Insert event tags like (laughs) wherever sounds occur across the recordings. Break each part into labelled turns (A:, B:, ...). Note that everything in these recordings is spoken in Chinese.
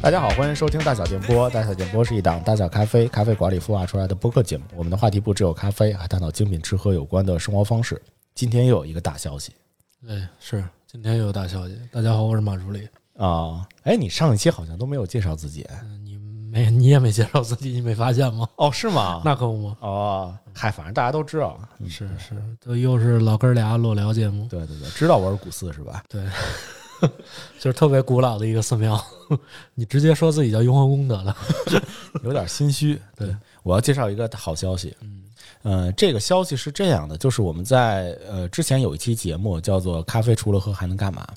A: 大家好，欢迎收听大小电波。大小电波是一档大小咖啡咖啡馆里孵化啊出来的播客节目。我们的话题不只有咖啡，还探讨精品吃喝有关的生活方式。今天又有一个大消息
B: 对，是今天又有大消息。大家好，我是马助理。
A: 啊！哎，你上一期好像都没有介绍自己
B: 嗯，你没 (laughs) 你也没介绍自己，你没发现吗？
A: 哦，是吗？
B: 那可不嘛，
A: 哦，嗨，反正大家都知道。嗯
B: 啊是是，这又是老哥俩裸聊节目，
A: 对对对，知道我是古四是吧？
B: 对，就是特别古老的一个寺庙。 (laughs) 你直接说自己叫雍和宫得了。
A: 有点心虚。
B: (laughs) 对，
A: 我要介绍一个好消息。
B: 嗯，
A: 呃，这个消息是这样的，就是我们在呃之前有一期节目叫做《咖啡除了喝还能干嘛》。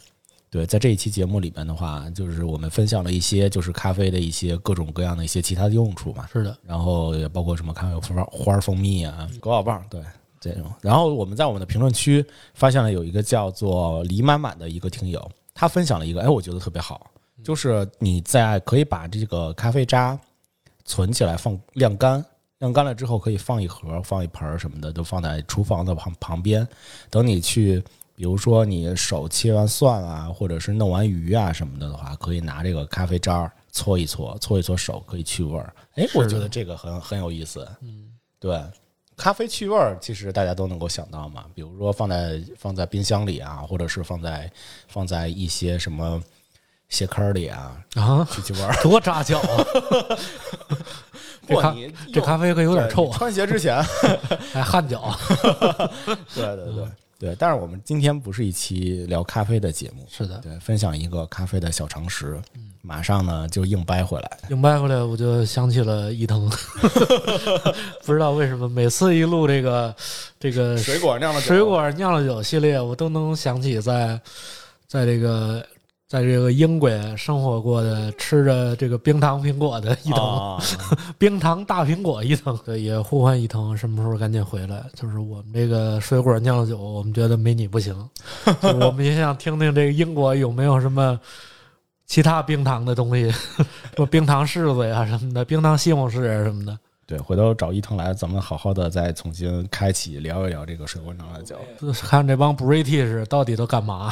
A: 对，在这一期节目里面的话，就是我们分享了一些就是咖啡的一些各种各样的一些其他的用处嘛，
B: 是的，
A: 然后也包括什么咖啡花花蜂蜜啊、狗咬棒，对这种。然后我们在我们的评论区发现了有一个叫做李满满的一个听友，他分享了一个，哎，我觉得特别好，就是你在可以把这个咖啡渣存起来放晾干，晾干了之后可以放一盒、放一盆儿什么的，都放在厨房的旁旁边，等你去。比如说你手切完蒜啊，或者是弄完鱼啊什么的的话，可以拿这个咖啡渣儿搓一搓，搓一搓手可以去味儿。哎，
B: 是
A: 我
B: 的
A: 觉得这个很很有意思。
B: 嗯，
A: 对，咖啡去味儿其实大家都能够想到嘛，比如说放在放在冰箱里啊，或者是放在放在一些什么鞋坑里啊，
B: 啊，
A: 去去味儿。
B: (laughs) 多扎脚 (laughs) 啊！这咖
A: 不你
B: 这咖啡可有点
A: 对
B: 臭
A: 你
B: 啊，
A: 穿鞋之
B: (laughs)
A: 前，
B: 还汗脚。
A: 对对对对。但是我们今天不是一期聊咖啡的节目，
B: 是的，
A: 对，分享一个咖啡的小常识，马上呢就硬掰回来。
B: 硬掰回来，我就想起了伊 (laughs) 藤，不知道为什么每次一录这个这个
A: 水果酿的啊酒
B: 水果酿了酒系列，我都能想起在在这个在这个英国生活过的，吃着这个冰糖苹果的伊藤，
A: 啊，
B: 冰糖大苹果伊藤，哦对也呼唤伊藤什么时候赶紧回来。就是我们这个水果酿酒，我们觉得没你不 (laughs) 行，就是我们也想听听这个英国有没有什么。其他冰糖的东西， (laughs) 什么冰糖柿子呀什么的，冰糖西红柿呀什么的，
A: (laughs) 对，回头找伊藤来，咱们好好的再重新开启聊一聊这个水果酿的酒。
B: 就是看这帮 British 到底都
A: (laughs)
B: 干嘛，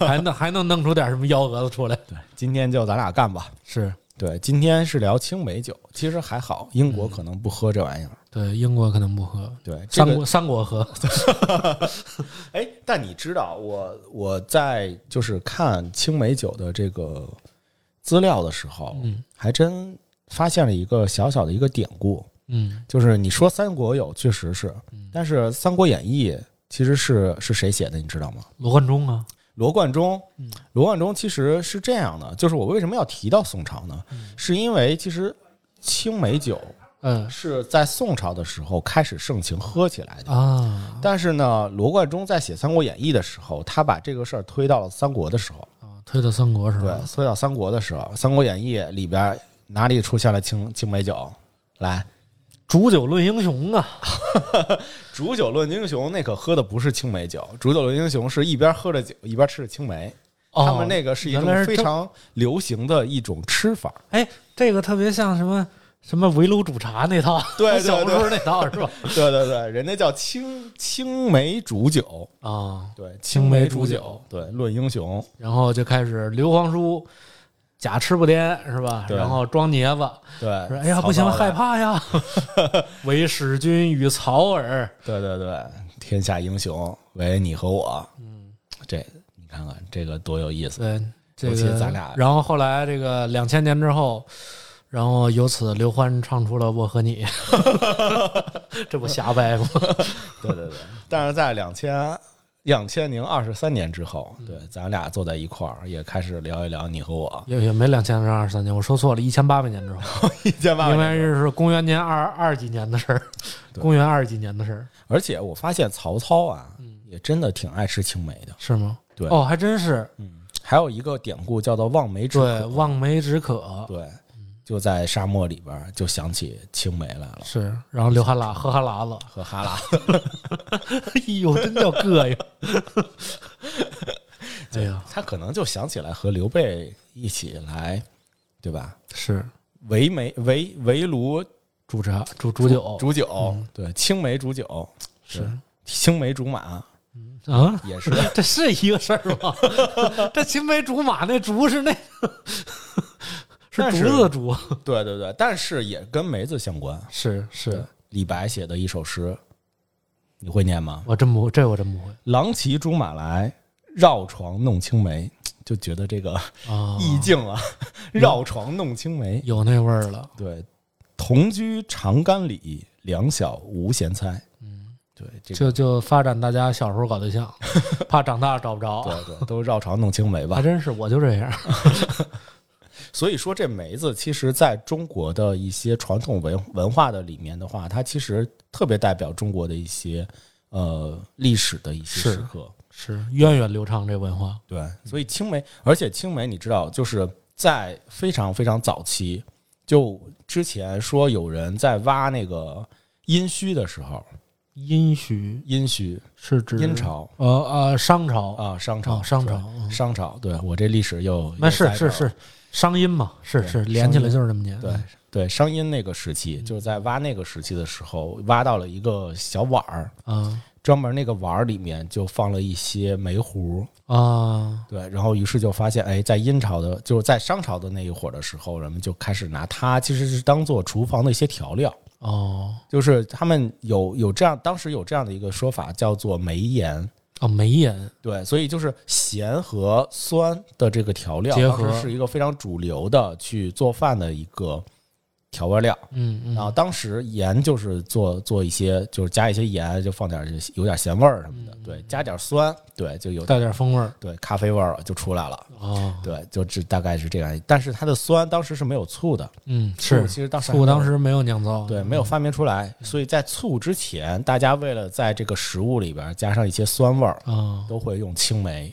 B: 还能还能弄出点什么幺蛾子出来？
A: 对，今天就咱俩干吧。
B: 是
A: 对，今天是聊青梅酒，其实还好，英国可能不喝这玩意儿。
B: 对英国可能不喝，
A: 对，这
B: 三
A: 个哦
B: 国三国喝，
A: 哎，但你知道，我我在就是看青梅酒的这个资料的时候，
B: 嗯
A: 还真发现了一个小小的一个典故，
B: 嗯，
A: 就是你说三国有，确实是，但是《三国演义》其实是是谁写的，你知道吗？
B: 罗贯中啊，
A: 罗贯中
B: 嗯，
A: 罗贯中其实是这样的，就是我为什么要提到宋朝呢？是因为其实青梅酒
B: 嗯
A: 是在宋朝的时候开始盛情喝起来的。
B: 啊
A: 但是呢，罗贯中在写《三国演义》的时候，他把这个事儿推到了三国的时候，
B: 啊，推到三国是
A: 对
B: 吧？，
A: 推到三国的时候，《三国演义》里边哪里出现了青青梅酒？来，
B: 煮酒论英雄啊，
A: 煮酒论英雄，那可喝的不是青梅酒，煮酒论英雄是一边喝着酒一边吃着青梅，
B: 哦
A: 他们那个是一种
B: 原来是
A: 非
B: 这
A: 常流行的一种吃法。
B: 哎，这个特别像什么什么围炉煮茶那套，
A: (laughs) 对对
B: 小时候那套是吧？
A: 对对对，人家叫青青梅煮酒，
B: 啊，
A: 对，青
B: 青梅
A: 梅
B: 煮
A: 煮
B: 酒，
A: 对，论英雄，
B: 然后就开始刘皇叔。假吃不颠是吧？
A: 对
B: 然后装镊子，
A: 对，
B: 说哎呀不行
A: 曹操
B: 害
A: 来
B: 怕呀，为使君与曹耳，
A: 对对对，天下英雄唯你和我。嗯，这你看看这个多有意思。
B: 对，这
A: 尤
B: 个
A: 其咱俩
B: 然后后来这个两千年之后，然后由此刘欢唱出了《我和你》， (laughs) 这不瞎掰吗？
A: 对对对，但是在两千两千零二十三年之后，对，咱俩坐在一块儿，也开始聊一聊你和
B: (laughs)
A: 我
B: 也也没两千零二十三年，我说错了，一千八百年之后，
A: 一见八
B: 因
A: 百。
B: 为是公元年二二几年的事儿，
A: 对
B: 公元二几年的事儿
A: 而且我发现曹操啊，
B: 嗯
A: 也真的挺爱吃青梅的。
B: 是吗？
A: 对
B: 哦，还真是，
A: 还有一个典故叫做望梅止
B: 对，
A: 渴，
B: 望梅止渴
A: 对，
B: 嗯
A: 就在沙漠里边儿就想起青梅来了。
B: 是，然后刘哈喇喝哈喇子，
A: 和哈
B: (laughs)
A: 喇，
B: 哎呦，真叫膈应， (laughs) 哎呀，
A: 他可能就想起来和刘备一起来，对吧？
B: 是
A: 围梅围围炉
B: 煮茶煮煮酒嗯
A: 煮酒，对，青梅煮酒，
B: 是
A: 青梅竹马
B: 啊， (laughs)
A: 也是
B: 这 (laughs) 是一个事儿吗？这青梅竹马那竹是那， (laughs) 是
A: 但
B: 竹
A: 是
B: 子的竹，
A: 对对对，但是也跟梅子相关。
B: 是是，
A: 李白写的一首诗，你会念吗？
B: 我真不这我真不会
A: 郎骑竹马来，绕床弄青梅。就觉得这个
B: 啊，
A: 意境啊，
B: 嗯
A: 绕床弄青梅。
B: 有那味儿了，
A: 对，同居长干里，两小无嫌猜。
B: 嗯，
A: 对，这个
B: 就就发展大家小时候搞对 (laughs) 象，怕长大找不着，
A: 对对，都绕床弄青梅吧
B: 还。真是我就这样，
A: 所以说，这梅子其实在中国的一些传统文文化的里面的话，它其实特别代表中国的一些呃历史的一些
B: 是
A: 时刻。
B: 是源远流长这文化，
A: 对，所以青梅，而且青梅，你知道，就是在非常非常早期，就之前说有人在挖那个殷墟的时候，
B: 殷墟
A: 殷墟、
B: 是指
A: 殷，朝
B: 呃呃商朝
A: 啊，商朝、
B: 啊商朝，
A: 对
B: 嗯
A: 商朝，对我这历史又
B: 那
A: 又
B: 是
A: 在这
B: 是
A: 儿
B: 是商殷嘛，是
A: 对
B: 是连起
A: 商
B: 来
A: 殷
B: 就是这么念，
A: 对对，商殷那个时期，就是在挖那个时期的时候，挖到了一个小碗儿，
B: 啊
A: 专门那个碗儿里面就放了一些梅核，
B: 啊
A: 对，然后于是就发现，哎，在殷朝的，就是在商朝的那一会儿的时候，人们就开始拿它，其实是当做厨房的一些调料，
B: 哦
A: 就是他们有有这样，当时有这样的一个说法，叫做梅盐。
B: 哦梅盐
A: 对，所以就是咸和酸的这个调料，
B: 结
A: 当时
B: 合
A: 是一个非常主流的去做饭的一个调味料。
B: 嗯嗯
A: 然后当时盐就是做做一些，就是加一些盐，就放点儿有点咸味儿什么
B: 嗯
A: 的，对，加点儿酸，对，就有
B: 带点风味儿
A: 对咖啡味儿就出来了，
B: 哦，
A: 对，就只大概是这样。但是它的酸当时是没有醋的，
B: 嗯
A: 醋
B: 是
A: 其实当时还
B: 醋
A: 没有
B: 当时没有酿造，
A: 对没有发明出来，所以在醋之前，大家为了在这个食物里边儿加上一些酸味儿，
B: 啊
A: 都会用青梅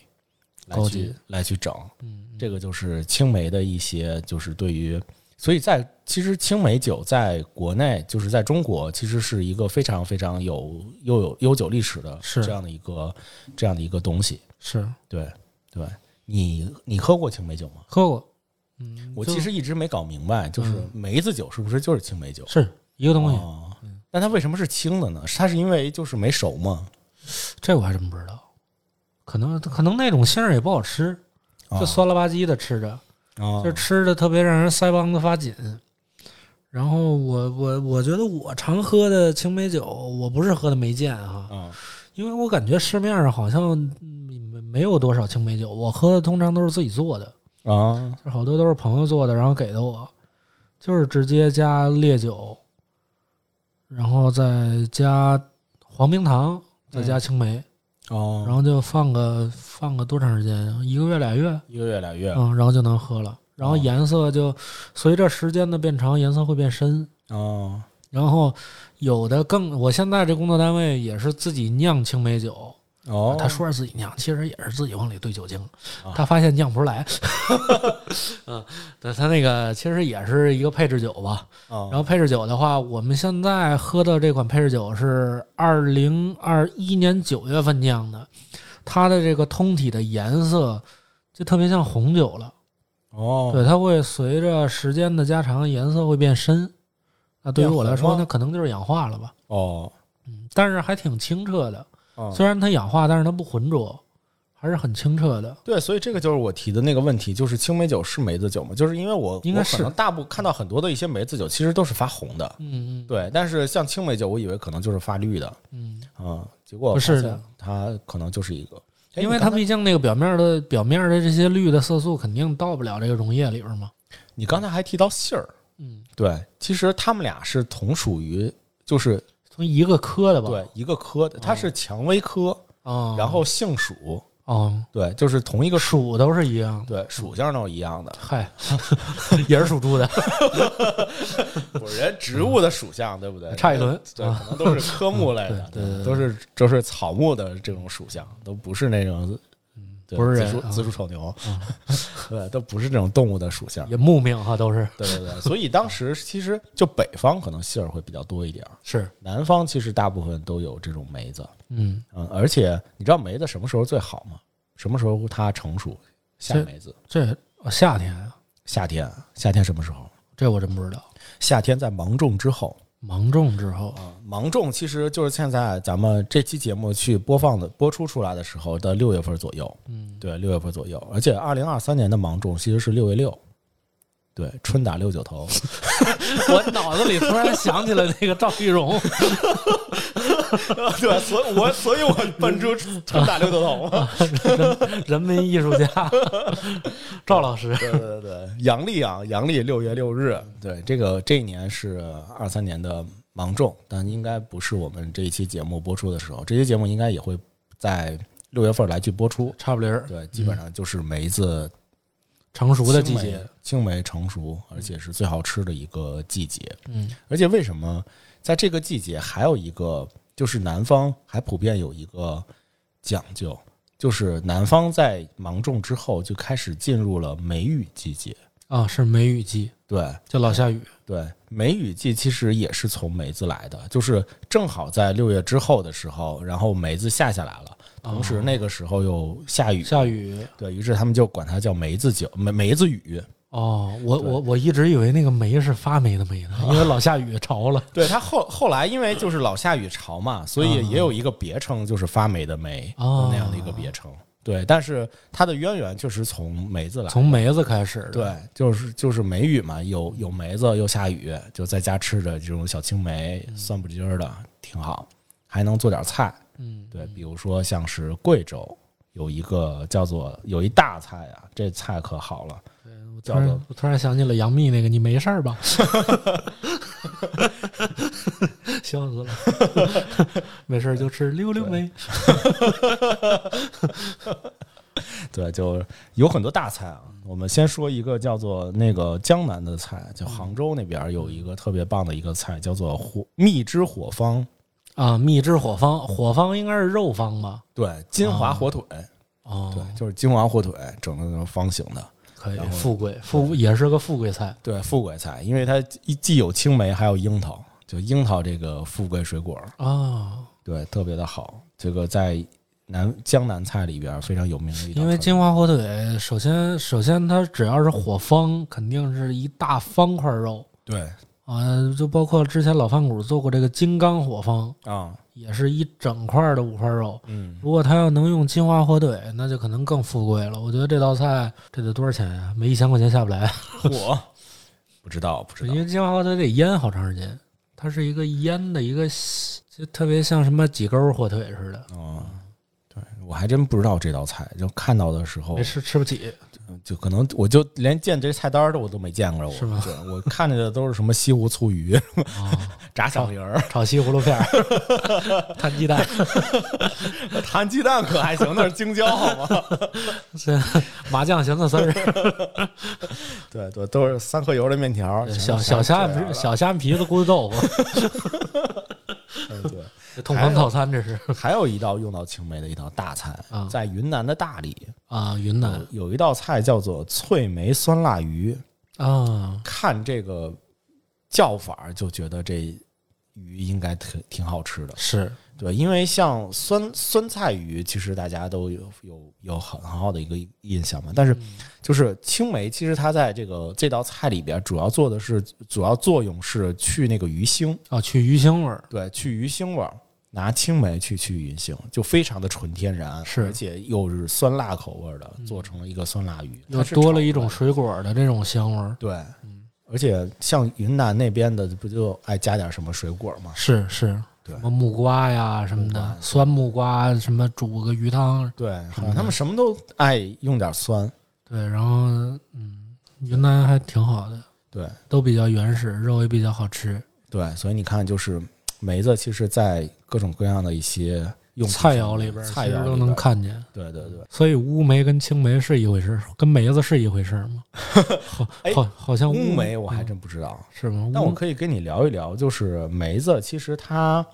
A: 来
B: 高
A: 去
B: 级
A: 来去整，
B: 嗯
A: 这个就是青梅的一些，就是对于，所以在其实青梅酒在国内，就是在中国，其实是一个非常非常有又有悠久历史的
B: 是
A: 这样的一个这样的一个东西。
B: 是
A: 对对，你你喝过青梅酒吗？
B: 喝过，嗯
A: 我
B: 就
A: 其实一直没搞明白，就是
B: 嗯
A: 梅子酒是不是就是青梅酒？
B: 是一个东西，
A: 哦，那它为什么是青的呢？它是因为就是没熟吗？
B: 这我还真不知道，可能可能那种杏儿也不好吃，
A: 啊
B: 就酸了吧唧的吃着，
A: 啊
B: 就吃的特别让人腮帮子发紧。然后我我我觉得我常喝的青梅酒，我不是喝的梅见哈，
A: 啊
B: 因为我感觉市面上好像嗯没没有多少青梅酒，我喝的通常都是自己做的，
A: 啊
B: 就是好多都是朋友做的，然后给的我，就是直接加烈酒，然后再加黄冰糖，再加青梅，然
A: 嗯哦，
B: 后就放个放个多长时间？一个月俩月，
A: 一个月俩月
B: 嗯，然后就能喝了。然后
A: 哦
B: 颜色就随着时间的变长，颜色会变深。嗯
A: 哦
B: 然后有的更，我现在这工作单位也是自己酿青梅酒，
A: 哦，
B: 啊他说是自己酿，其实也是自己往里兑酒精
A: 啊。
B: 他发现酿不
A: (laughs)
B: 出来，嗯，对他那个其实也是一个配置酒吧。
A: 啊，
B: 然后配置酒的话，我们现在喝的这款配置酒是二零二一年九月份酿的，它的这个通体的颜色就特别像红酒了。
A: 哦，
B: 对，它会随着时间的加长，颜色会变深。那对于我来
A: 变红
B: 说，
A: 吗
B: 那可能就是氧化了吧。
A: 哦，
B: 嗯，但是还挺清澈的，
A: 嗯
B: 虽然它氧化，但是它不浑浊，还是很清澈的。
A: 对，所以这个就是我提的那个问题，就是青梅酒是梅子酒吗？就是因为我
B: 应该
A: 我可
B: 是
A: 能大部看到很多的一些梅子酒其实都是发红的，
B: 嗯嗯，
A: 对，但是像青梅酒，我以为可能就是发绿的，
B: 嗯，
A: 嗯，结果
B: 不是
A: 发现
B: 的
A: 它可能就是一个，哎
B: 因为
A: 你
B: 它
A: 刚才
B: 毕竟那个表面的表面的这些绿的色素肯定到不了这个溶液里边嘛。
A: 你刚才还提到杏儿，
B: 嗯，
A: 对，其实它们俩是同属于就是
B: 从一个科的吧。
A: 对一个科的，它是蔷薇科，
B: 哦，
A: 然后杏属，
B: 哦，
A: 对，就是同一个属，
B: 属都是一样的。
A: 对，属相都是一样的， (laughs)
B: (laughs) 嗨，也是属猪的。 (laughs)
A: 不是人植物的属相，对不对？
B: 差一轮
A: 对，
B: 啊
A: 可能都是科目类的，嗯
B: 对对对对
A: 都是都是草木的这种属相，都不是那种，对
B: 不是人
A: 子鼠
B: 啊
A: 子鼠丑牛， (laughs) 对，都不是这种动物的属相。
B: 也木命哈，都是
A: 对对对，所以当时其实就北方可能杏儿会比较多一点儿，
B: 是，
A: 南方其实大部分都有这种梅子，
B: 嗯，
A: 嗯，而且你知道梅子什么时候最好吗？什么时候它成熟？夏
B: 这
A: 梅子，
B: 这哦夏天啊，
A: 夏天，夏天什么时候？
B: 这我真不知道。
A: 夏天在芒种之后，
B: 芒种之后，
A: 啊，芒种其实就是现在咱们这期节目去播放的播出出来的时候的六月份左右，
B: 嗯，
A: 对，六月份左右。而且二零二三年的芒种其实是六月六，对，春打六九头，
B: (laughs) 我脑子里突然想起了那个赵玉荣，
A: (laughs) 对，所以我所以我奔出春打六九头嘛。
B: (laughs) 人民艺术 (laughs) 家赵老师，
A: 对对对， (laughs) 阳历啊，阳历六月六日，对，这个这一年是二三年的芒种，但应该不是我们这一期节目播出的时候，这期节目应该也会在六月份来去播出。
B: 差不离儿，
A: 对，基本上就是梅子
B: 成熟嗯的季
A: 青梅
B: 节，，
A: 青梅成熟，而且是最好吃的一个季节。
B: 嗯
A: 而且为什么在这个季节还有一个，就是南方还普遍有一个讲究，就是南方在芒种之后就开始进入了梅雨季节。
B: 啊，是梅雨季，
A: 对
B: 就老下雨，
A: 对，梅雨季其实也是从梅子来的，就是正好在六月之后的时候，然后梅子下下来了，同时那个时候又下雨，
B: 下雨
A: 对于是他们就管它叫梅子酒、梅梅子雨。
B: 哦，我我我一直以为那个梅是发霉的霉呢，因为老下雨
A: (laughs)
B: 潮了，
A: 对它后后来因为就是老下雨潮嘛，所以
B: 啊
A: 也有一个别称，就是发霉的霉、
B: 哦
A: 那样的一个别称。对，但是它的渊源确实从梅子来。
B: 从梅子开始的，
A: 对，就是就是梅雨嘛，有有梅子又下雨，就在家吃着这种小青梅，酸不溜儿的，挺好，还能做点菜。
B: 嗯，
A: 对，比如说像是贵州有一个叫做有一大菜啊，这菜可好了，
B: 我突
A: 叫做
B: 然我突然想起了杨幂那个，你没事
A: (laughs)
B: 儿吧？
A: (laughs)
B: 笑死了，没事儿就吃溜溜梅。
A: 对，就有很多大菜啊。
B: 嗯
A: 我们先说一个叫做那个江南的菜，
B: 嗯
A: 就杭州那边儿有一个特别棒的一个菜，叫做火蜜汁火方，
B: 啊，蜜汁火方，火方应该是肉方吧？
A: 对，金华火腿，
B: 啊哦，
A: 对，就是金华火腿，整的那种方形的，
B: 可以
A: 然，后
B: 富贵，富也是个富贵菜。
A: 对，富贵菜，因为它既既有青梅，还有樱桃，就樱桃这个富贵水果，
B: 哦，
A: 对，特别的好。这个在南江南菜里边儿非常有名的一道
B: 因为
A: 传
B: 金华火腿，首先首先它只要是火方，肯定是一大方块肉
A: 对
B: 啊，就包括之前老饭骨做过这个金刚火方，
A: 啊，
B: 也是一整块的五花肉。
A: 嗯，
B: 如果他要能用金华火腿，那就可能更富贵了。我觉得这道菜这得多少钱呀、没一千块钱下不来，
A: 火不知道不知
B: 因
A: 道，
B: 为金华火腿得腌好长时间，它是一个腌的一个，就特别像什么几根火腿似的，
A: 哦，对我还真不知道这道菜，就看到的时候
B: 没，吃吃不起。
A: 就可能我就连见这菜单的我都没见过，我
B: 是吗
A: 对我看见的都是什么西湖醋鱼、
B: 啊，
A: (laughs) 炸小鱼儿、
B: 炒西葫芦片儿， (laughs) 摊鸡蛋，
A: 弹鸡蛋可还行，那是京椒好吗？ (laughs)
B: 这麻酱咸菜丝儿，
A: 对对，都是三合油的面条，
B: 小呃小虾
A: 不
B: 皮小虾皮子咕嘟豆
A: (laughs)
B: 腐，
A: 对。
B: 痛风套餐这是
A: 还有一道用到青梅的一道大菜
B: 啊，
A: 在云南的大理
B: 啊，云南
A: 有一道菜叫做脆梅酸辣鱼，嗯
B: 啊，
A: 看这个叫法儿就觉得这鱼应该挺挺好吃的。
B: 是
A: 对，因为像酸酸菜鱼，其实大家都有有有很很好的一个印象嘛。但是就是青梅，其实它在这个这道菜里边主要做的是主要作用是去那个鱼腥，
B: 啊，去鱼腥味儿，
A: 对，去鱼腥味儿。拿青梅去去鱼腥，就非常的纯天然，
B: 是嗯
A: 而且又是酸辣口味儿的，做成了一个酸辣鱼，
B: 又
A: 它是
B: 多
A: 炒
B: 了一种嗯
A: 的啊
B: 水果的这种香味儿，
A: 对，而且像云南那边的不就爱加点什么水果吗？
B: 是是，
A: 对
B: 什么木瓜呀什么
A: 木瓜
B: 的，酸木瓜什么煮个鱼汤，
A: 对，好像他
B: 嗯
A: 们什么都爱用点酸，
B: 对，然后嗯，云南还挺好的，
A: 对。
B: 都比较原始，肉也比较好吃，
A: 对，所以你看，就是梅子，其实，在各种各样的一些用品
B: 菜肴
A: 上
B: 里边儿
A: 菜
B: 其
A: 肴
B: 实
A: 里
B: 都
A: 边
B: 能
A: 儿。
B: 看见。
A: 对对对，
B: 所以乌梅跟青梅是一回事儿，跟梅子是一回事儿
A: (laughs)
B: 吗？好，
A: 哎
B: 好，好像
A: 乌梅
B: 梅
A: 我还
B: 嗯
A: 真不知道，
B: 是吗？
A: 但我
B: 乌
A: 可以跟你聊一聊，就是梅子，其实它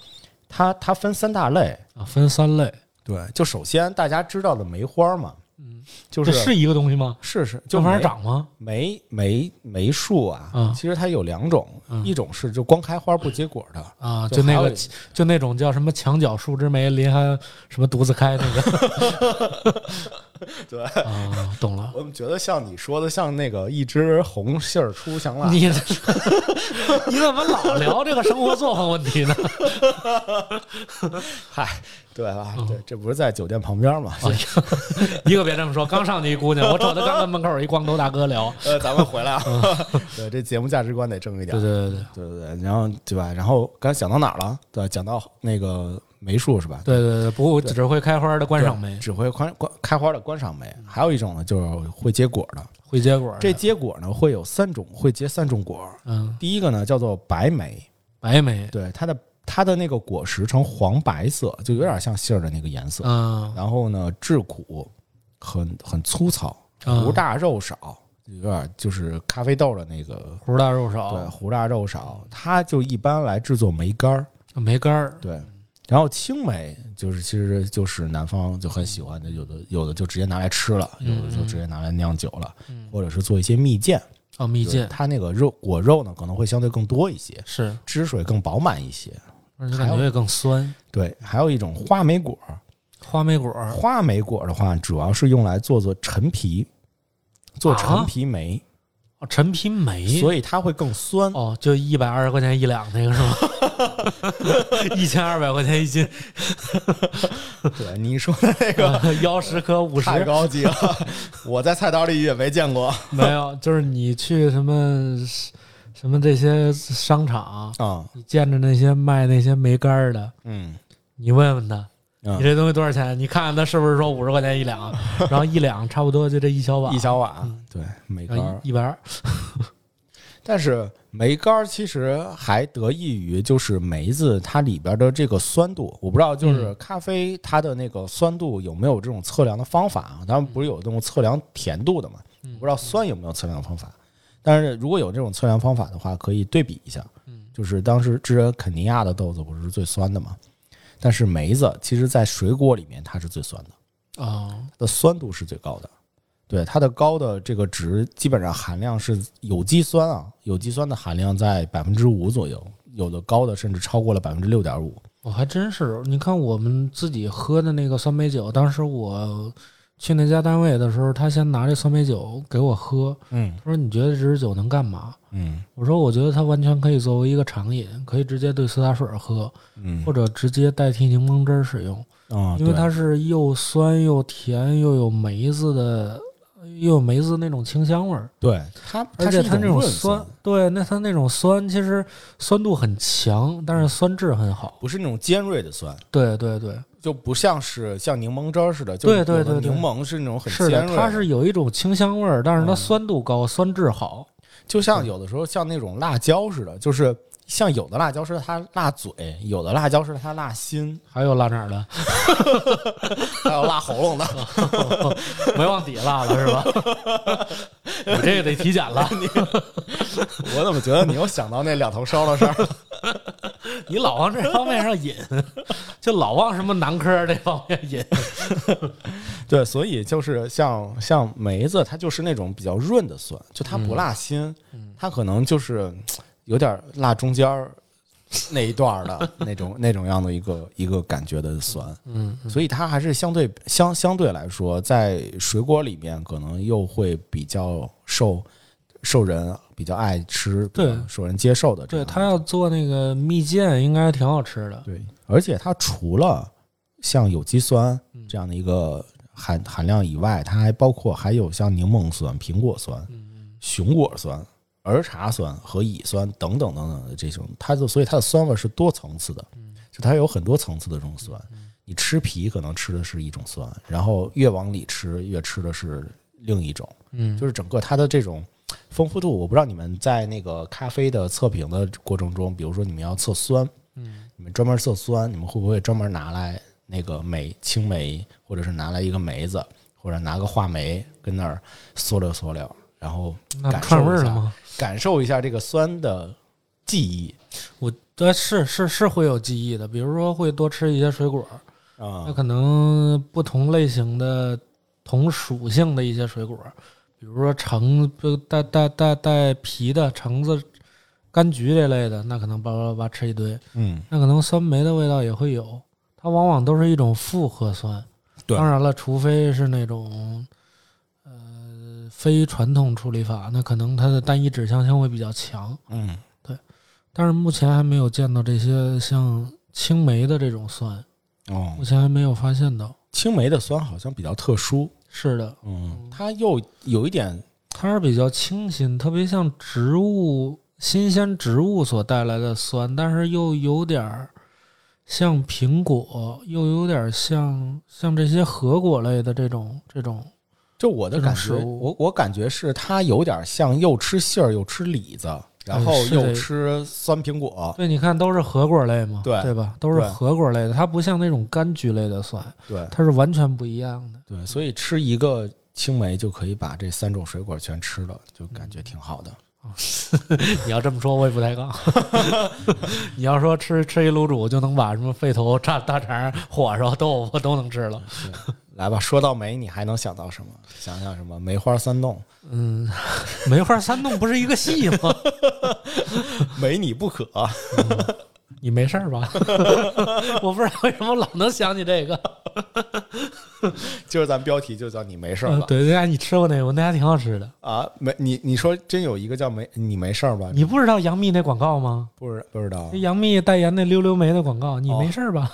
A: 它它分三大类。
B: 啊分三类，
A: 对，就首先大家知道的梅花嘛，
B: 嗯，
A: 就
B: 这
A: 是
B: 是一个东西吗？
A: 是是，
B: 这
A: 就
B: 玩意儿
A: 梅
B: 长吗？
A: 梅梅梅树啊，
B: 嗯
A: 其实它有两种，
B: 嗯
A: 一种是就光开花不结果的，
B: 啊，
A: 就
B: 就
A: 还
B: 那
A: 有
B: 个
A: 一
B: 就那种叫什么墙角树枝梅，林还什么独自开那
A: (laughs)
B: 个
A: 对，
B: 啊，懂
A: (laughs)
B: 了。
A: 我怎么觉得像你说的，像那个一枝红杏儿出墙来，
B: 你 (laughs) 你怎么老聊这个生活作风问题呢？哦
A: 嗨，对吧？对，这不是在酒店旁边嘛？
B: 哎呀一个别这么么说，刚上去一姑娘，我瞅她刚跟门口一光头大哥聊，
A: 呃，咱们回来啊， (laughs) 对，这节目价值观得正一点
B: 嗯对。对对
A: 对对对，然后对吧？然后刚才讲到哪儿了？对吧，讲到那个梅树是吧？
B: 对对对，不只会开花的观赏
A: 对
B: 梅，嗯
A: 只会观观开花的观赏梅，还有一种呢，就是会结果的。
B: 会结果的
A: 这结果呢，会有三种，会结三种果。
B: 嗯
A: 第一个呢，叫做白梅，
B: 白梅，
A: 对它的它的那个果实呈黄白色，就有点像杏儿的那个颜色。
B: 嗯
A: 然后呢，质苦，很很粗糙，
B: 嗯
A: 核大肉少，有点就是咖啡豆的那个，
B: 胡大肉
A: 对，
B: 少，
A: 核大肉少。它就一般来制作梅干儿，
B: 梅干儿，
A: 对。然后青梅就是其实就是南方就很喜欢的，有的有的就直接拿来吃了，有的
B: 嗯
A: 就直接拿来酿酒了，或者是做一些蜜饯。
B: 哦，嗯蜜
A: 就是
B: 饯
A: 它那个肉果肉呢可能会相对更多一些，
B: 是，
A: 汁水更饱满一些。
B: 而且感觉也更酸。
A: 对，还有一种花莓果，
B: 花莓果儿，
A: 花莓果的话主要是用来做做陈皮，做陈
B: 啊
A: 皮梅，
B: 哦陈皮梅，
A: 所
B: 以
A: 以它会更酸。
B: 哦，就一百二十块钱一两那个是吗？ (laughs) 一千二百块钱一 (laughs) 斤，
A: 对，你说的那个
B: 幺十颗 (laughs) 五十，
A: 太高级
B: (laughs)
A: 了，我在菜刀里也没见过
B: 没有，就是你去什么什么这些商场，
A: 啊。
B: 你见着那些卖那些梅干儿的，
A: 嗯，
B: 你问问他，
A: 嗯
B: 你这东西多少钱？你看看他是不是说五十块钱一 (laughs) 两，然后一两差不多就这一小碗，
A: 一小碗，
B: 嗯
A: 对梅干
B: 然后
A: 儿。
B: 一一百二，
A: 但是梅干儿其实还得益于就是梅子它里边的这个酸度，我不知道就是咖啡它的那个酸度有没有这种测量的方法啊？当然不是有那种测量甜度的嘛，我不知道酸有没有测量方法。但是如果有这种测量方法的话，可以对比一下。就是当时之前肯尼亚的豆子不是最酸的嘛，但是梅子其实在水果里面它是最酸的。
B: 哦，
A: 它的酸度是最高的，对它的高的这个值基本上含量是有机酸啊，有机酸的含量在百分之五左右，有的高的甚至超过了百分之六点五。
B: 我哦还真是，你看我们自己喝的那个酸梅酒，当时我去那家单位的时候，他先拿这酸梅酒给我喝，
A: 嗯
B: 他说你觉得这支酒能干嘛？
A: 嗯
B: 我说我觉得它完全可以作为一个常饮，可以直接兑苏打水儿喝，
A: 嗯
B: 或者直接代替柠檬汁儿使用，
A: 啊，
B: 因
A: 对
B: 为它是又酸又甜，又有梅子的，又有梅子那种清香味儿。
A: 对它，
B: 而
A: 是
B: 且
A: 一
B: 它那种
A: 润
B: 酸，，对，那它那种酸其实酸度很强，但是酸质很好。
A: 不是那种尖锐的酸，
B: 对对对，
A: 就不像是像柠檬汁儿似的，就是
B: 对对
A: 有的
B: 对对
A: 柠檬是那种很
B: 是
A: 尖
B: 的，
A: 锐，啊
B: 它是有一种清香味儿，但是它
A: 嗯
B: 酸度高，酸质好。
A: 就像有的时候像那种辣椒似的，就是像有的辣椒是它辣嘴，有的辣椒是它辣心，
B: 还有辣哪儿的？ (laughs)
A: 还有辣喉咙的。
B: 没往底下辣了是吧？ (laughs) 我这个得体检
A: (laughs)
B: 了。
A: 我怎么觉得你又想到那两头烧的事儿？
B: 你老往这方面上引，就老往什么男科这方面引。
A: (laughs) 对，所以就是像像梅子，它就是那种比较润的酸，就它不辣心，它可能就是嗯有点儿辣中间儿那一段儿的那 (laughs) 种那种样的一个一个感觉的酸，
B: 嗯，
A: 所以它还是相对相相对来说，在水果里面可能又会比较受受人比较爱吃，比较
B: 对
A: 受人接受的这
B: 对
A: 样
B: 他要做那个蜜饯，应该挺好吃的。
A: 对，而且它除了像有机酸这样的一个含含量以外，它还包括还有像柠檬酸、苹果酸、熊果酸、儿茶酸和乙酸等等等等的这种，它就所以它的酸味是多层次的，就它有很多层次的这种酸。你吃皮可能吃的是一种酸，然后越往里吃越吃的是另一种。
B: 嗯，
A: 就是整个它的这种丰富度，我不知道你们在那个咖啡的测评的过程中，比如说你们要测酸，嗯，你们专门测酸，你们会不会专门拿来那个梅青梅，或者是拿来一个梅子，或者拿个话梅跟那儿缩溜缩溜，然后
B: 那
A: 感受
B: 串味儿
A: 一
B: 了
A: 下
B: 吗？
A: 感受一下这个酸的记忆
B: 我对是是是会有记忆的，比如说会多吃一些水果，
A: 啊
B: 那，可能不同类型的同属性的一些水果，比如说橙不带带带带皮的橙子、柑橘这类的，那可能叭叭叭吃一堆，
A: 嗯，
B: 那可能酸梅的味道也会有，它往往都是一种复合酸。
A: 对
B: 当然了，除非是那种呃非传统处理法，那可能它的单一指向性会比较强。
A: 嗯，
B: 但是目前还没有见到这些像青梅的这种酸，
A: 哦
B: 目，前还没有发现到。
A: 青梅的酸好像比较特殊，
B: 是的，
A: 嗯，它又有一点，
B: 它是比较清新，特别像植物新鲜植物所带来的酸，但是又有点儿像苹果，又有点儿像像这些核果类的这种这种。
A: 就我的感
B: 这
A: 觉，
B: 种食物
A: 我我感觉是它有点像又吃杏儿又吃李子，然后
B: 嗯是
A: 又
B: 这
A: 吃酸苹果，
B: 对，你看都是核果类嘛，
A: 对
B: 对吧？都是
A: 对
B: 核果类的，它不像那种柑橘类的酸，
A: 对
B: 它是完全不一样的。
A: 对，所以吃一个青梅就可以把这三种水果全吃了，就感觉挺好的。
B: 你要这么说，我也不抬杠。 (laughs) 你要说吃吃一卤煮就能把什么肺头、大大肠、火烧、豆腐都能吃了，
A: 来吧，说到梅，你还能想到什么？想想什么？梅花三
B: (laughs)
A: 弄，
B: 嗯，梅花三弄不是一个戏吗？
A: 没你不可。
B: (laughs) 你没事儿吧？ (laughs) 我不知道为什么老能想起这个。
A: 今儿咱标题就叫你没事儿
B: 嗯
A: 吧？
B: 对，那家你吃过那个，那还挺好吃的。
A: 啊，没你你说真有一个叫没你没事儿吧？
B: 你不知道杨幂那广告吗？
A: 不知不知道
B: 那？杨幂代言那溜溜梅的广告，你
A: 哦
B: 没事儿吧？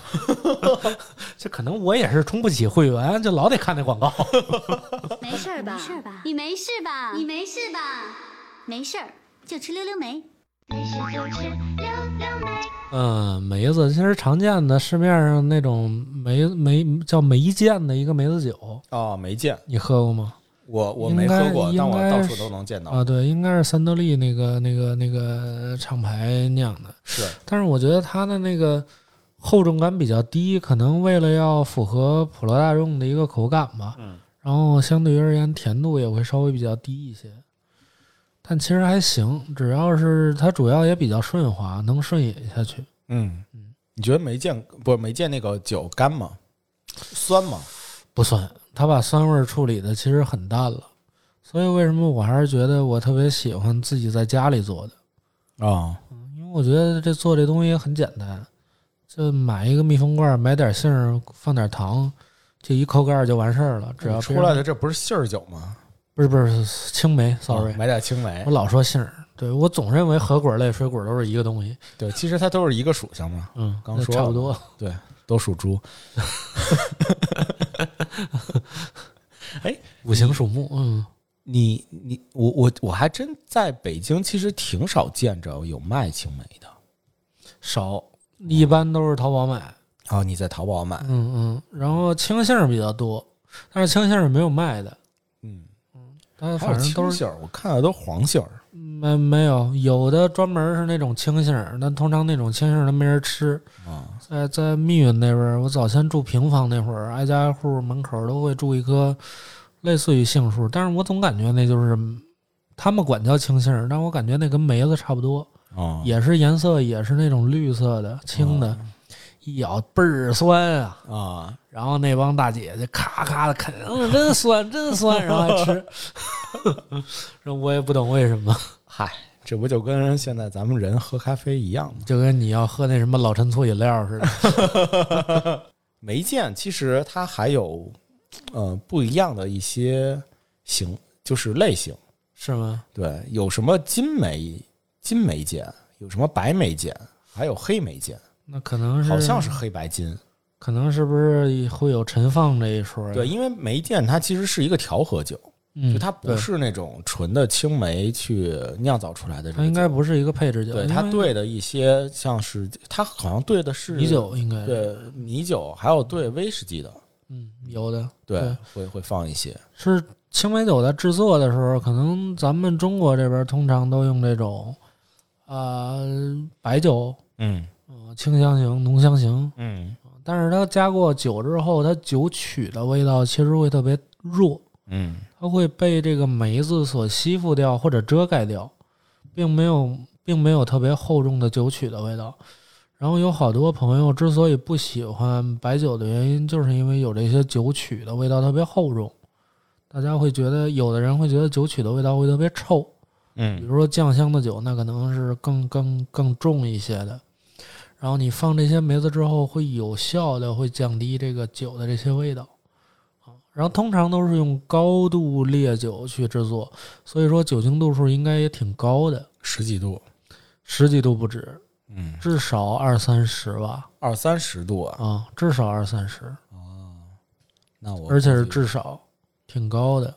B: (laughs) 这可能我也是充不起会员，就老得看那广 (laughs) 告。
C: 没事儿吧？没事儿吧？你没事吧？你没事吧？没事儿，就吃溜溜梅。没事就吃溜溜梅。
B: 嗯，梅子其实常见的市面上那种梅梅叫梅见的一个梅子酒，
A: 哦，没见
B: 你喝过吗？
A: 我我
B: 应
A: 没喝
B: 该
A: 过，但
B: 应
A: 我
B: 该
A: 到处
B: 是
A: 都能见到。
B: 啊，对，应该是三得利那个那个那个厂牌酿的。
A: 是
B: 但是我觉得它的那个厚重感比较低，可能为了要符合普罗大众的一个口感吧。
A: 嗯。
B: 然后相对于而言，甜度也会稍微比较低一些，但其实还行，只要是它主要也比较顺滑，能顺饮下去。
A: 嗯，你觉得没见不是没见那个酒干吗？酸吗？
B: 不酸，它把酸味儿处理的其实很淡了。所以为什么我还是觉得我特别喜欢自己在家里做的，
A: 啊，
B: 因为我觉得这做这东西很简单，就买一个密封罐儿，买点杏儿，放点糖，就一扣盖儿就完事儿了。只要
A: 哎出
B: 别人
A: 来的这不是杏儿酒吗
B: 不是不是青梅，sorry，、
A: 哦买点青梅
B: 我。老说杏儿，对我总认为核果类水果都是一个东西，
A: 对，其实它都是一个属相嘛， (laughs)
B: 嗯，
A: 刚
B: 那
A: 说
B: 差不
A: 了
B: 多。
A: 都属猪。
B: 五行属木，嗯，
A: 你你我我我还真在北京，其实挺少见着有卖青梅的。
B: 少，一般都是淘宝买，
A: 哦，你在淘宝买？
B: 嗯嗯，然后青杏儿比较多，但是青杏儿没有卖的，
A: 嗯，
B: 它
A: 还有
B: 反正
A: 青
B: 都是
A: 杏儿，我看的都黄杏儿。
B: 没没有，有的专门是那种青杏儿，但通常那种青杏儿它没人吃。
A: 啊
B: 在在密云那边儿，我早先住平房那会儿，挨家挨户门口都会住一棵类似于杏树，但是我总感觉那就是他们管叫青杏儿，但我感觉那跟梅子差不多，
A: 啊，
B: 也是颜色也是那种绿色的青的，一咬倍儿酸啊。
A: 啊，
B: 然后那帮大姐姐咔咔的啃，嗯，真酸，真酸，然后还吃。 (laughs) 这我也不懂为什么，
A: 嗨，这不就跟现在咱们人喝咖啡一样吗？
B: 就跟你要喝那什么老陈醋饮料似的。
A: 梅见其实它还有呃不一样的一些型，就是类型。
B: 是吗？
A: 对，有什么金梅金梅见，有什么白梅见，还有黑梅见，
B: (laughs) 那可能是，
A: 好像是，黑白金。
B: 可能是不是会有陈放这一说？
A: 对，，因为梅见它其实是一个调和酒，
B: 嗯，
A: 就它不
B: 对，
A: 是那种纯的青梅去酿造出来的这
B: 它
A: 个
B: 应该
A: 酒
B: 不是一个配置酒，
A: 对
B: 因
A: 它
B: 为
A: 兑的一些像是它好像兑的是
B: 米，酒应该，
A: 对米酒，还有兑威士忌的，
B: 嗯，有的
A: 对，
B: 对
A: 会会放一些。
B: 是青梅酒在制作的时候，可能咱们中国这边通常都用这种，呃，白酒，
A: 嗯
B: 呃，清香型、浓香型，
A: 嗯
B: 但是它加过酒之后，它酒曲的味道其实会特别弱，
A: 嗯，
B: 它会被这个梅子所吸附掉或者遮盖掉，并没有并没有特别厚重的酒曲的味道。然后有好多朋友之所以不喜欢白酒的原因，就是因为有这些酒曲的味道特别厚重，大家会觉得有的人会觉得酒曲的味道会特别臭，比
A: 嗯
B: 如说酱香的酒，那可能是更更更重一些的。然后你放这些梅子之后，会有效的会降低这个酒的这些味道啊。然后通常都是用高度烈酒去制作，所以说酒精度数应该也挺高的，
A: 十几度，
B: 十几度不止，
A: 嗯，
B: 至少二三十吧
A: 二三十度啊。
B: 啊，至少二三十，
A: 那我
B: 而且是
A: 估计
B: 至少。挺高的，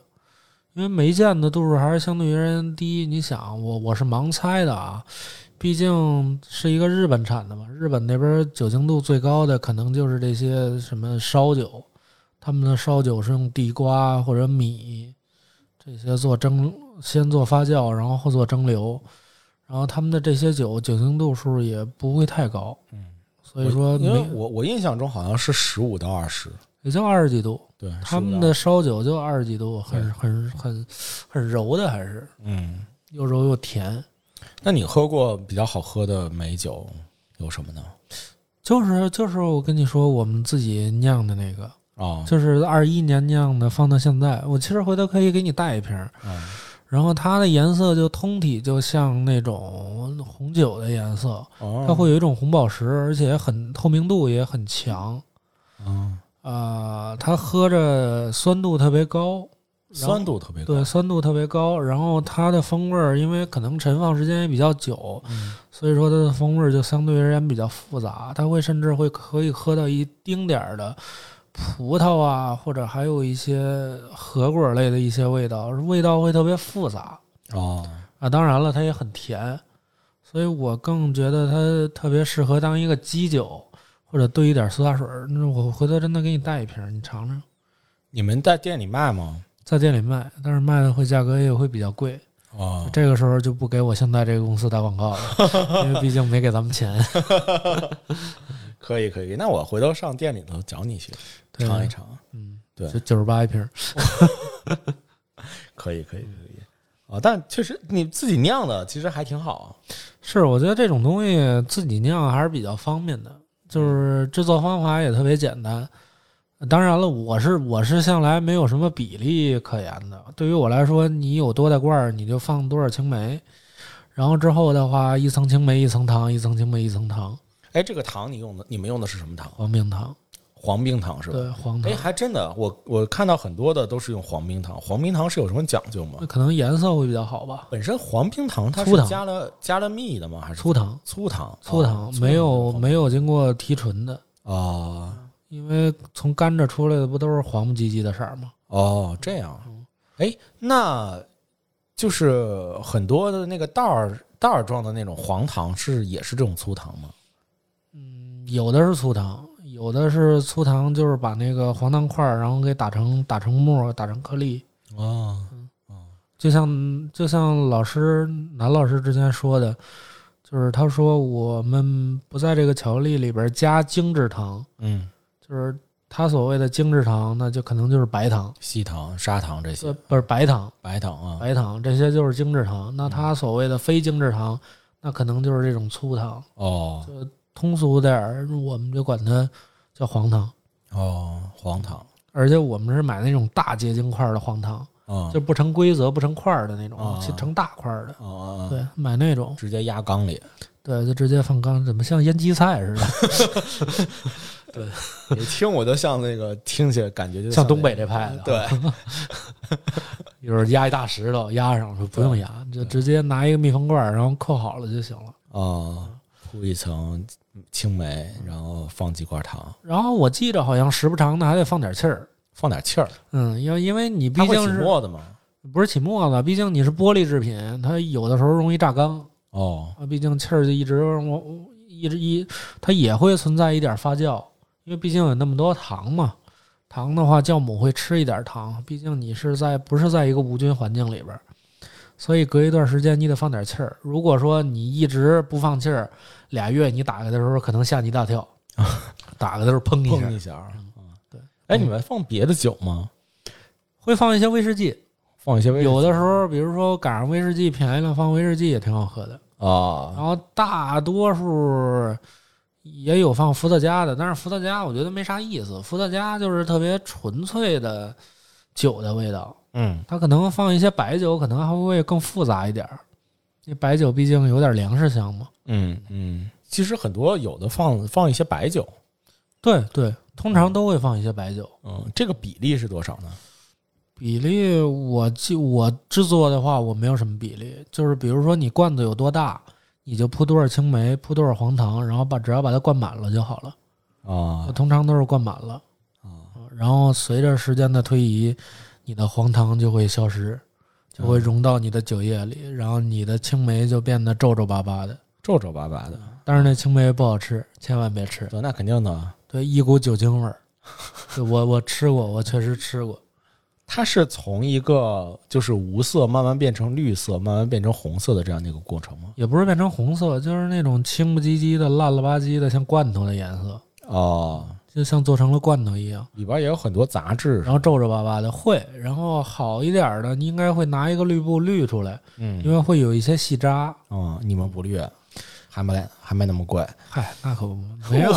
B: 因为梅见的度数还是相对于人低。你想，我我是盲猜的啊，毕竟是一个日本产的嘛，日本那边酒精度最高的可能就是这些什么烧酒，他们的烧酒是用地瓜或者米这些做蒸，先做发酵，然后后做蒸馏，然后他们的这些酒酒精度数也不会太高，
A: 嗯，
B: 所以说
A: 因为
B: 没
A: 我我印象中好像是十五到二十，
B: 也就二十几度。
A: 对，
B: 他
A: 15
B: 们
A: 到
B: 的烧酒就二十几度，很
A: 对
B: 很很很柔的，还是
A: 嗯，
B: 又柔又甜。
A: 那你喝过比较好喝的美酒有什么呢？
B: 就是就是我跟你说，我们自己酿的那个，
A: 哦，
B: 就是二一年酿的，放到现在，我其实回头可以给你带一瓶。
A: 嗯
B: 然后它的颜色就通体就像那种红酒的颜色，
A: 哦，
B: 它会有一种红宝石，而且很透明度也很强。
A: 嗯，
B: 啊，它喝着酸度特别高，然后
A: 酸度特别高
B: 对，，酸度特别高，然后它的风味儿，因为可能陈放时间也比较久，
A: 嗯
B: 所以说它的风味儿就相对而言比较复杂。它会甚至会可以喝到一丁点儿的葡萄啊，或者还有一些核果类的一些味道，味道会特别复杂
A: 哦，
B: 啊。当然了，它也很甜，所以我更觉得它特别适合当一个基酒，或者兑一点苏打水儿。那我回头真的给你带一瓶儿，你尝尝，
A: 你们在店里卖吗？
B: 在店里卖，但是卖的会价格也会比较贵。
A: 哦，
B: 这个时候就不给我现在这个公司打广告了，因为毕竟没给咱们钱。
A: 可以可以，那我回头上店里头找你去
B: 对
A: 尝一，尝，啊
B: 嗯，
A: 对
B: 就九十八一瓶儿。
A: 可以可以可以。啊、但确实你自己酿的其实还挺好啊。
B: 是，我觉得这种东西自己酿还是比较方便的，就是制作方法也特别简单。当然了，我是我是向来没有什么比例可言的。对于我来说，你有多大罐儿，你就放多少青梅，然后之后的话，一层青梅一层糖，一层青梅一层糖，
A: 哎，这个糖你用的，你们用的是什么糖？
B: 黄冰糖，
A: 黄冰糖是吧？
B: 对，黄糖
A: 哎，，还真的，我我看到很多的都是用黄冰糖。黄冰糖是有什么讲究吗
B: 那？可能颜色会比较好吧，
A: 本身黄冰糖它
B: 呃粗
A: 是
B: 糖
A: 加了加了蜜的吗？还是
B: 粗糖。
A: 粗糖？
B: 粗糖、
A: 哦
B: 没有没
A: 有
B: 有经过提纯的，
A: 哦
B: 因为从甘蔗出来的不都是黄不唧唧的色儿吗？
A: 哦这
B: 嗯
A: 样，哎，那就是很多的那个袋儿袋儿装的那种黄糖是也是这种粗糖吗？
B: 嗯，有的是粗糖，有的是粗糖，就是把那个黄糖块儿，然后给打成打成沫，打成颗粒。
A: 哦，
B: 就像就像老师南老师之前说的，就是他说我们不在这个巧克力里边加精制糖，
A: 嗯，
B: 就是他所谓的精制糖，那就可能就是白糖，
A: 细糖、砂糖这些
B: 呃，不是白糖，
A: 白糖啊，
B: 白糖这些就是精制糖。那它所谓的非精制糖，那可能就是这种粗糖，
A: 哦
B: 通俗点儿我们就管它叫黄糖。
A: 哦，黄糖，
B: 而且我们是买那种大结晶块儿的黄糖，
A: 嗯，
B: 就不成规则、不成块儿的那种，
A: 啊
B: 切成大块儿的。
A: 哦哦，哦
B: 对，买那种，
A: 直接压缸里，
B: 对，就直接放缸，怎么像腌鸡菜似的，
A: (laughs) 你听我就像那个听起来感觉就
B: 像
A: 那
B: 东北
A: 个
B: 这派的。，
A: 对。
B: (laughs) 就是压一大石头压上，说不用压，就直接拿一个密封罐儿，然后扣好了就行了。
A: 啊，铺一层青梅，然后放几罐糖，
B: 然后我记着好像时不常的还得放点气儿，
A: 放点气儿。
B: 嗯，因为因为你毕
A: 它会
B: 竟
A: 起
B: 是
A: 沫子吗？
B: 不是起沫子，毕竟你是玻璃制品，它有的时候容易炸缸
A: 哦，
B: 啊。毕竟气儿就一直往一直一，它也会存在一点发酵，因为毕竟有那么多糖嘛。糖的话，酵母会吃一点糖，毕竟你是在不是在一个无菌环境里边儿，所以隔一段时间你得放点气儿。如果说你一直不放气儿，俩月你打开的时候可能吓你一大跳，打开的时候砰一
A: 碰
B: 下
A: 一。下儿。嗯
B: 对。
A: 哎，你们放别的酒吗？
B: 会放一些威士忌，
A: 放一些威士忌
B: 有的时候比如说赶上威士忌便宜了，放威士忌也挺好喝的。然
A: 啊，
B: 后大多数也有放伏特加的，但是伏特加我觉得没啥意思，伏特加就是特别纯粹的酒的味道，
A: 嗯，
B: 它可能放一些白酒，可能还会更复杂一点儿。那白酒毕竟有点粮食香嘛。
A: 嗯嗯。其实很多有的放放一些白酒，
B: 对对，通常都会放一些白酒。
A: 嗯，这个比例是多少呢？
B: 比例我记我制作的话，我没有什么比例，就是比如说你罐子有多大，你就铺多少青梅，铺多少黄糖，然后把只要把它灌满了就好了。
A: 啊
B: 我通常都是灌满了。
A: 啊
B: 然后随着时间的推移，你你的黄糖就会消失，就会融到你的酒液里，然后你的青梅就变得皱皱巴巴的。
A: 皱皱巴巴的，
B: 但是那青梅不好吃，千万别吃，
A: 对，那肯定的。
B: 对，一股酒精味儿。对我我吃过，我确实吃过。
A: 它是从一个就是无色慢慢变成绿色，慢慢变成红色的这样的一个过程吗？
B: 也不是变成红色，就是那种青不唧唧的、烂了吧唧的，像罐头的颜色，
A: 哦，
B: 就像做成了罐头一样。
A: 里边也有很多杂质
B: 然。后皱皱巴巴的会，然后好一点儿的，你应该会拿一个绿布滤出来，
A: 嗯
B: 因为会有一些细渣。
A: 嗯，你们不绿，还没还没那么贵，
B: 嗨，那可不没有，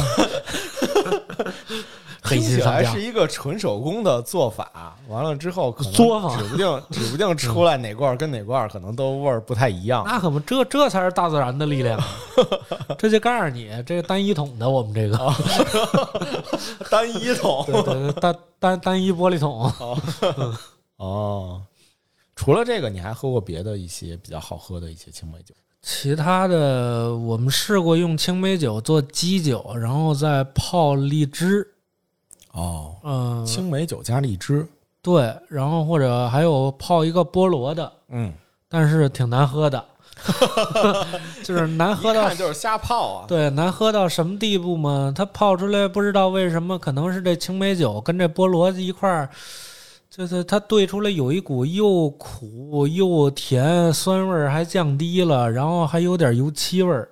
B: (laughs) 黑心商家。
A: 一个纯手工的做法。完了之后，可能
B: 作坊
A: 指不定 (laughs) 指不定出来哪罐跟哪罐可能都味儿不太一样。
B: 那可不，这这才是大自然的力
A: (laughs)
B: 量啊。这就告诉你，这单一桶的我们这个，
A: 哦单一桶
B: 对对对单单单一玻璃桶，
A: (laughs) 哦。除了这个，你还喝过别的一些比较好喝的一些青梅酒？
B: 其他的我们试过用青梅酒做基酒，然后再泡荔枝，
A: 哦，
B: 嗯，
A: 青梅酒加荔枝，
B: 对，然后或者还有泡一个菠萝的，
A: 嗯，
B: 但是挺难
A: (laughs)
B: 喝的，就是难喝到
A: 就是瞎泡啊。
B: 对难喝到什么地步吗？它泡出来不知道为什么，可能是这青梅酒跟这菠萝一块儿，就是它兑出来有一股又苦又甜，酸味儿还降低了，然后还有点油漆味儿。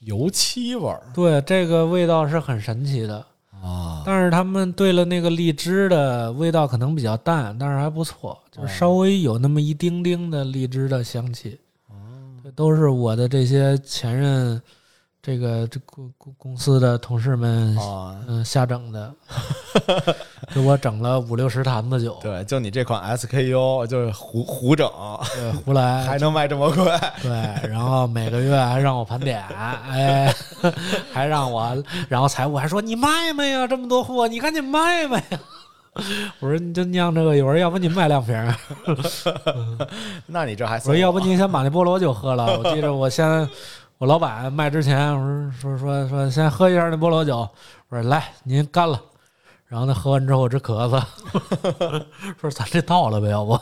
A: 油漆味儿
B: 对，这个味道是很神奇的。
A: 啊，
B: 但是他们兑了那个荔枝的味道可能比较淡，但是还不
A: 哦
B: 错，就是稍微有那么一丁丁的荔枝的香气。
A: 哦
B: 这都是我的这些前任，这个这公公公司的同事们，
A: 啊，
B: 嗯、瞎整的， (laughs) 给我整了五六十坛子酒，
A: 对，就你这款 SKU 就是胡胡整，
B: 对，胡来
A: 还能卖这么贵？ (laughs)
B: 对，然后每个月还让我盘点，哎， (laughs) 还让我，然后财务还说你卖卖呀，这么多货，你赶紧卖卖呀。 (laughs) 我说你就酿这个，有人要不你卖两瓶儿，
A: 那你这还
B: 我说要不
A: 你
B: 你先把那菠萝酒喝了。我记着我先，我老板卖之前，我说说说说先喝一下那菠萝酒，我说来您干了，然后他喝完之后直咳嗽， (laughs) 说咱这到了呗，要不？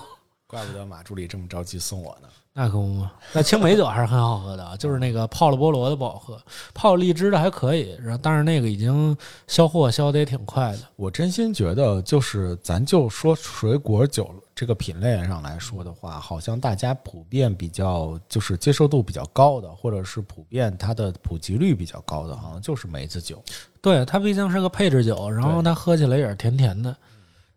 A: 怪不得马助理这么着急送我呢。
B: 那可不嘛， (laughs) 那青梅酒还是很好喝的啊，就是那个泡了菠萝的不好喝，泡荔枝的还可以，然后但是那个已经销货销的也挺快的。
A: 我真心觉得，就是咱就说水果酒这个品类上来说的话，好像大家普遍比较就是接受度比较高的，或者是普遍它的普及率比较高的，好像就是梅子酒。
B: 对，它毕竟是个配置酒，然后它喝起来也是甜甜的。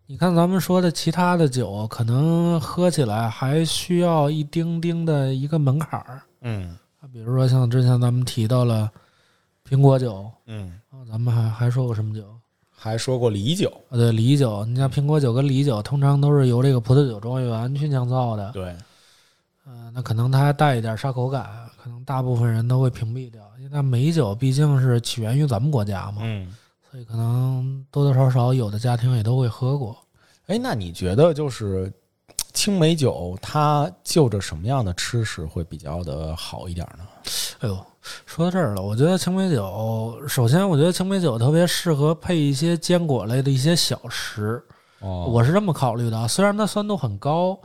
B: 你看咱们说的其他的酒，可能喝起来还需要一丁丁的一个门槛儿，啊
A: 嗯
B: 比如说像之前咱们提到了苹果酒，
A: 嗯，
B: 啊咱们还还说过什么酒？
A: 还说过梨酒，
B: 啊，对，梨酒，你像苹果酒跟梨酒，通常都是由这个葡萄酒庄园去酿造的。
A: 对，
B: 嗯，那可能它还带一点沙口感，可能大部分人都会屏蔽掉，因为它美酒毕竟是起源于咱们国家嘛，
A: 嗯。
B: 所以可能多多少少有的家庭也都会喝过。
A: 哎，那你觉得就是青梅酒，它就着什么样的吃食会比较的好一点呢？
B: 哎呦，说到这儿了，我觉得青梅酒，首先我觉得青梅酒特别适合配一些坚果类的一些小食，
A: 哦
B: 我是这么考虑的啊。虽然它酸度很高，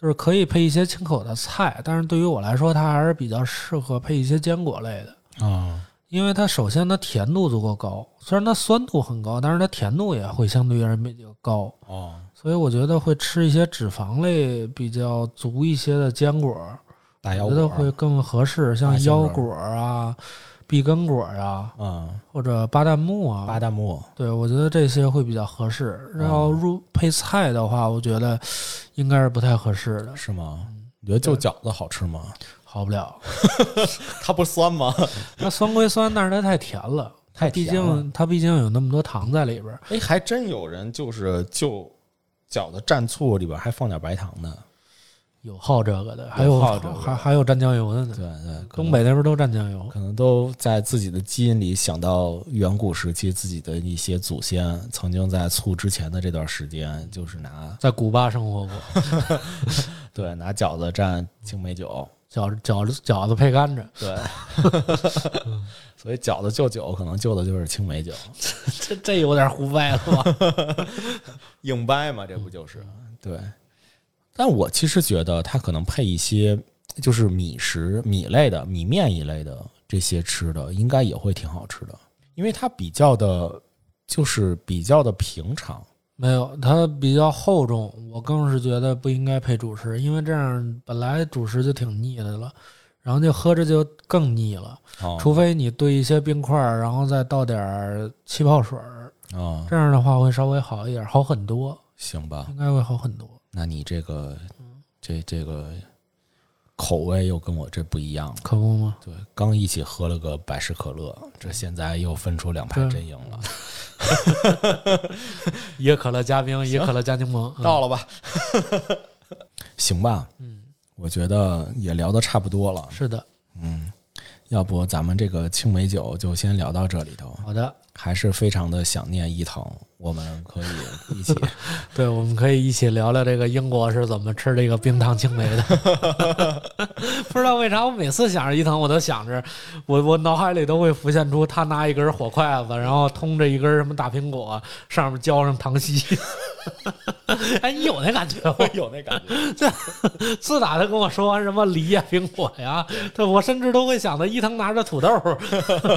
B: 就是可以配一些清口的菜，但是对于我来说，它还是比较适合配一些坚果类的。
A: 啊，
B: 因为它首先它甜度足够高，虽然它酸度很高，但是它甜度也会相对于人比较高，
A: 哦，
B: 所以我觉得会吃一些脂肪类比较足一些的坚果，
A: 大腰
B: 我觉得会
A: 果，
B: 更合适，
A: 大
B: 像
A: 杏仁儿
B: 腰果啊、碧根果啊
A: 嗯，
B: 或者巴旦木啊，
A: 巴旦哦木，
B: 对我觉得这些会比较合适。然后入配菜的话，我觉得应该是不太合适的，
A: 是吗？
B: 嗯
A: 你觉得就饺子好吃吗？ (laughs)
B: 好不了。
A: 它不酸吗？
B: 它酸归酸，但是它太甜了，
A: 太
B: 毕
A: 甜了
B: 竟它毕竟有那么多糖在里边儿。
A: 哎，还真有人就是就饺子蘸醋里边还放点白糖的。
B: 有好这个的，还
A: 有
B: 有
A: 好这个的
B: 还还有蘸酱油的
A: 对
B: 呢。
A: 对，可
B: 东
A: 能
B: 北那边都蘸酱油，
A: 可能都在自己的基因里想到远古时期自己的一些祖先曾经在醋之前的这段时间，就是拿
B: 在古巴生活过，
A: 对，拿饺子蘸青梅酒，
B: 饺子饺子饺子配甘蔗，
A: 对， (laughs) 所以饺子救酒可能救的就是青梅酒，
B: 这这有点胡掰了吧？
A: 嗯硬掰嘛，这不就是？对，但我其实觉得它可能配一些就是米食、米类的、米面一类的这些吃的，应该也会挺好吃的，因为它比较的，就是比较的平常。
B: (laughs) 没有，它比较厚重，我更是觉得不应该配主食，因为这样本来主食就挺腻的了，然后就喝着就更腻了。
A: 哦
B: 除非你兑一些冰块儿，然后再倒点儿气泡水儿，
A: 哦，
B: 这样的话会稍微好一点，好很多，
A: 行吧，
B: 应该会好很多。
A: 那你这个这这个口味又跟我这不一样了。
B: 可不吗？
A: 对，刚一起喝了个百事可乐，这现在又分出两派
B: 对
A: 阵营了。
B: 也可乐加冰，也可乐加柠檬，嗯
A: 到
B: 了。
A: 了吧？嗯 (laughs) 行吧，
B: 嗯，
A: 我觉得也聊的差不多了，
B: 是的，
A: 要不咱们这个青梅酒就先聊到这里头。
B: 好的，
A: 还是非常的想念伊藤，我们可以一
B: (laughs)
A: 起
B: 对，我们可以一起聊聊这个英国是怎么吃这个冰糖青梅的。 (laughs) 不知道为啥，我每次想着伊藤，我都想着我我脑海里都会浮现出他拿一根火筷子，然后通着一根什么大苹果，上面浇上糖稀。 (laughs) 哎，你有那感觉吗？
A: 有那感觉。
B: 自打他跟我说完什么梨呀、 (laughs) 苹果呀，对我甚至都会想到伊藤拿着土豆 (laughs) 蘸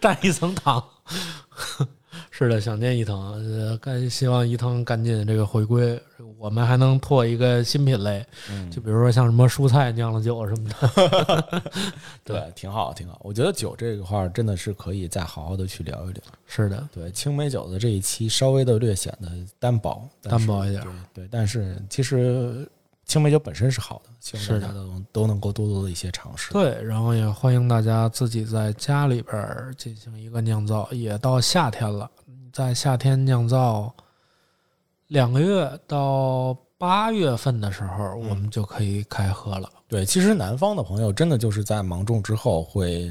B: 蘸一层糖。 (laughs) 是的，想念伊藤，呃，干希望伊藤赶紧这个回归，我们还能拓一个新品类，就比如说像什么蔬菜酿了酒什么的。
A: (laughs)
B: (laughs)
A: 对，挺好，挺好。我觉得酒这个块儿真的是可以再好好的去聊一聊。
B: 是的，
A: 对，青梅酒的这一期稍微的略显的单薄，但是
B: 单薄一点。
A: 对，但是其实青梅酒本身是好的，希望
B: 是
A: 大家
B: 的
A: 都能都能够多多的一些尝试。
B: 对，然后也欢迎大家自己在家里边儿进行一个酿造，也到夏天了，在夏天酿造两个月到八月份的时候，我们就可以开喝了。
A: 对，其实南方的朋友真的就是在芒种之后会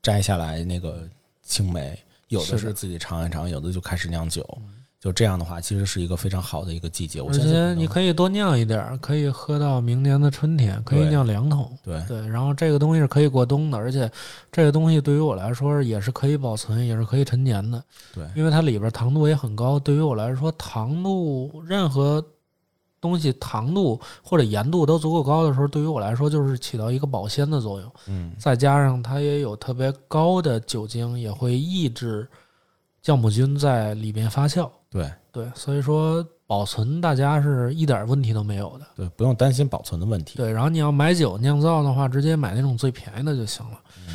A: 摘下来那个青梅，有的
B: 是
A: 是
B: 的
A: 自己尝一尝，有的就开始酿酒。就这样的话，其实是一个非常好的一个季节。我
B: 而
A: 相信
B: 且
A: 能
B: 你可以多酿一点儿，可以喝到明年的春天，可以
A: 对
B: 酿两桶。
A: 对
B: 对，然后这个东西是可以过冬的，而且这个东西对于我来说也是可以保存，也是可以陈年的，
A: 对
B: 因为它里边糖度也很高。对于我来说，糖度任何东西糖度或者盐度都足够高的时候，对于我来说就是起到一个保鲜的作用。
A: 嗯，
B: 再加上它也有特别高的酒精，也会抑制酵母菌在里面发酵。
A: 对
B: 对，所以说保存大家是一点问题都没有的。
A: 对，不用担心保存的问题。
B: 对，然后你要买酒酿造的话，直接买那种最便宜的就行了。
A: 嗯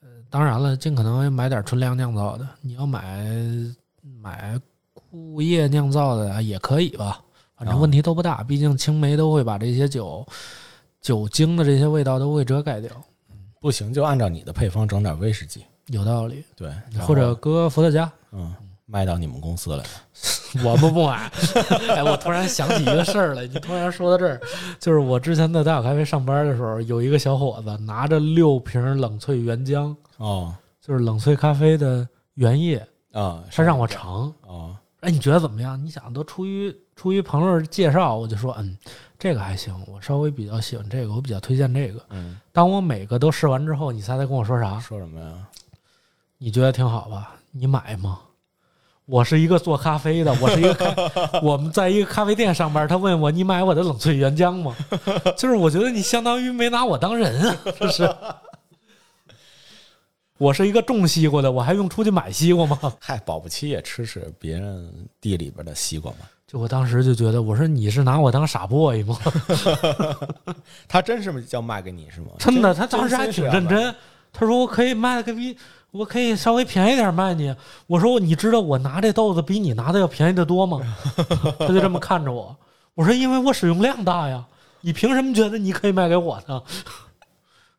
B: 呃，当然了，尽可能买点纯粮酿造的。你要买买固液酿造的啊也可以吧，反
A: 啊
B: 正问题都不大。毕竟青梅都会把这些酒酒精的这些味道都会遮盖掉，
A: 不行就按照你的配方整点威士忌，
B: 有道理。
A: 对，然
B: 或者
A: 后
B: 搁伏特加，
A: 嗯，卖到你们公司来。
B: 我们不
A: (laughs)
B: 买。哎，我突然想起一个事儿来，你突然说到这儿，就是我之前在大小咖啡上班的时候，有一个小伙子拿着六瓶冷萃原浆，
A: 哦
B: 就是冷萃咖啡的原液，
A: 啊，
B: 他让我尝。
A: 哦，
B: 哎，你觉得怎么样？你想，都出于出于朋友介绍，我就说，嗯，这个还行，我稍微比较喜欢这个，我比较推荐这个。
A: 嗯，
B: 当我每个都试完之后，你猜他跟我说啥？
A: 说什么呀？
B: 你觉得挺好吧？你买吗？我是一个做咖啡的，我是一个咖，我们在一个咖啡店上班。他问我：“你买我的冷萃原浆吗？” (laughs) 就是我觉得你相当于没拿我当人啊，这是。 (laughs) 我是一个种西瓜的，我还用出去买西瓜吗？
A: 嗨，保不齐也吃吃别人地里边的西瓜嘛。
B: 就我当时就觉得，我说你是拿我当傻 boy 吗？
A: 他真是要卖给你是吗？
B: 真的，
A: 真
B: 他当时还挺认。
A: 心是要卖
B: 真。他说我可以卖个比，我可以稍微便宜点卖你。我说你知道我拿这豆子比你拿的要便宜得多吗？他就这么看着我。我说因为我使用量大呀，你凭什么觉得你可以卖给我呢？ (laughs)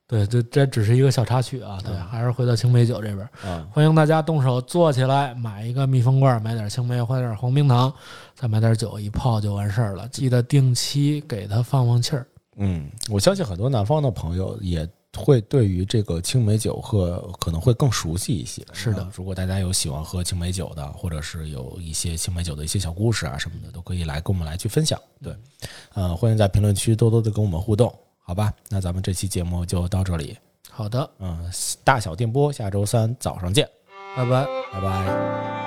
B: 对，这这只是一个小插曲啊。对，还是回到青梅酒这边，
A: 嗯，
B: 欢迎大家动手做起来，买一个密封罐，买点青梅，换点红冰糖，再买点酒，一泡就完事儿了。记得定期给它放放气儿。
A: 嗯，我相信很多南方的朋友也会对于这个青梅酒喝可能会更熟悉一些。
B: 是的
A: 那如果大家有喜欢喝青梅酒的，或者是有一些青梅酒的一些小故事啊什么的，都可以来跟我们来去分享。对，
B: 嗯
A: 呃，欢迎在评论区多多的跟我们互动，好吧？那咱们这期节目就到这里，
B: 好的，
A: 嗯，大小电波下周三早上见，
B: 拜拜。
A: 拜拜。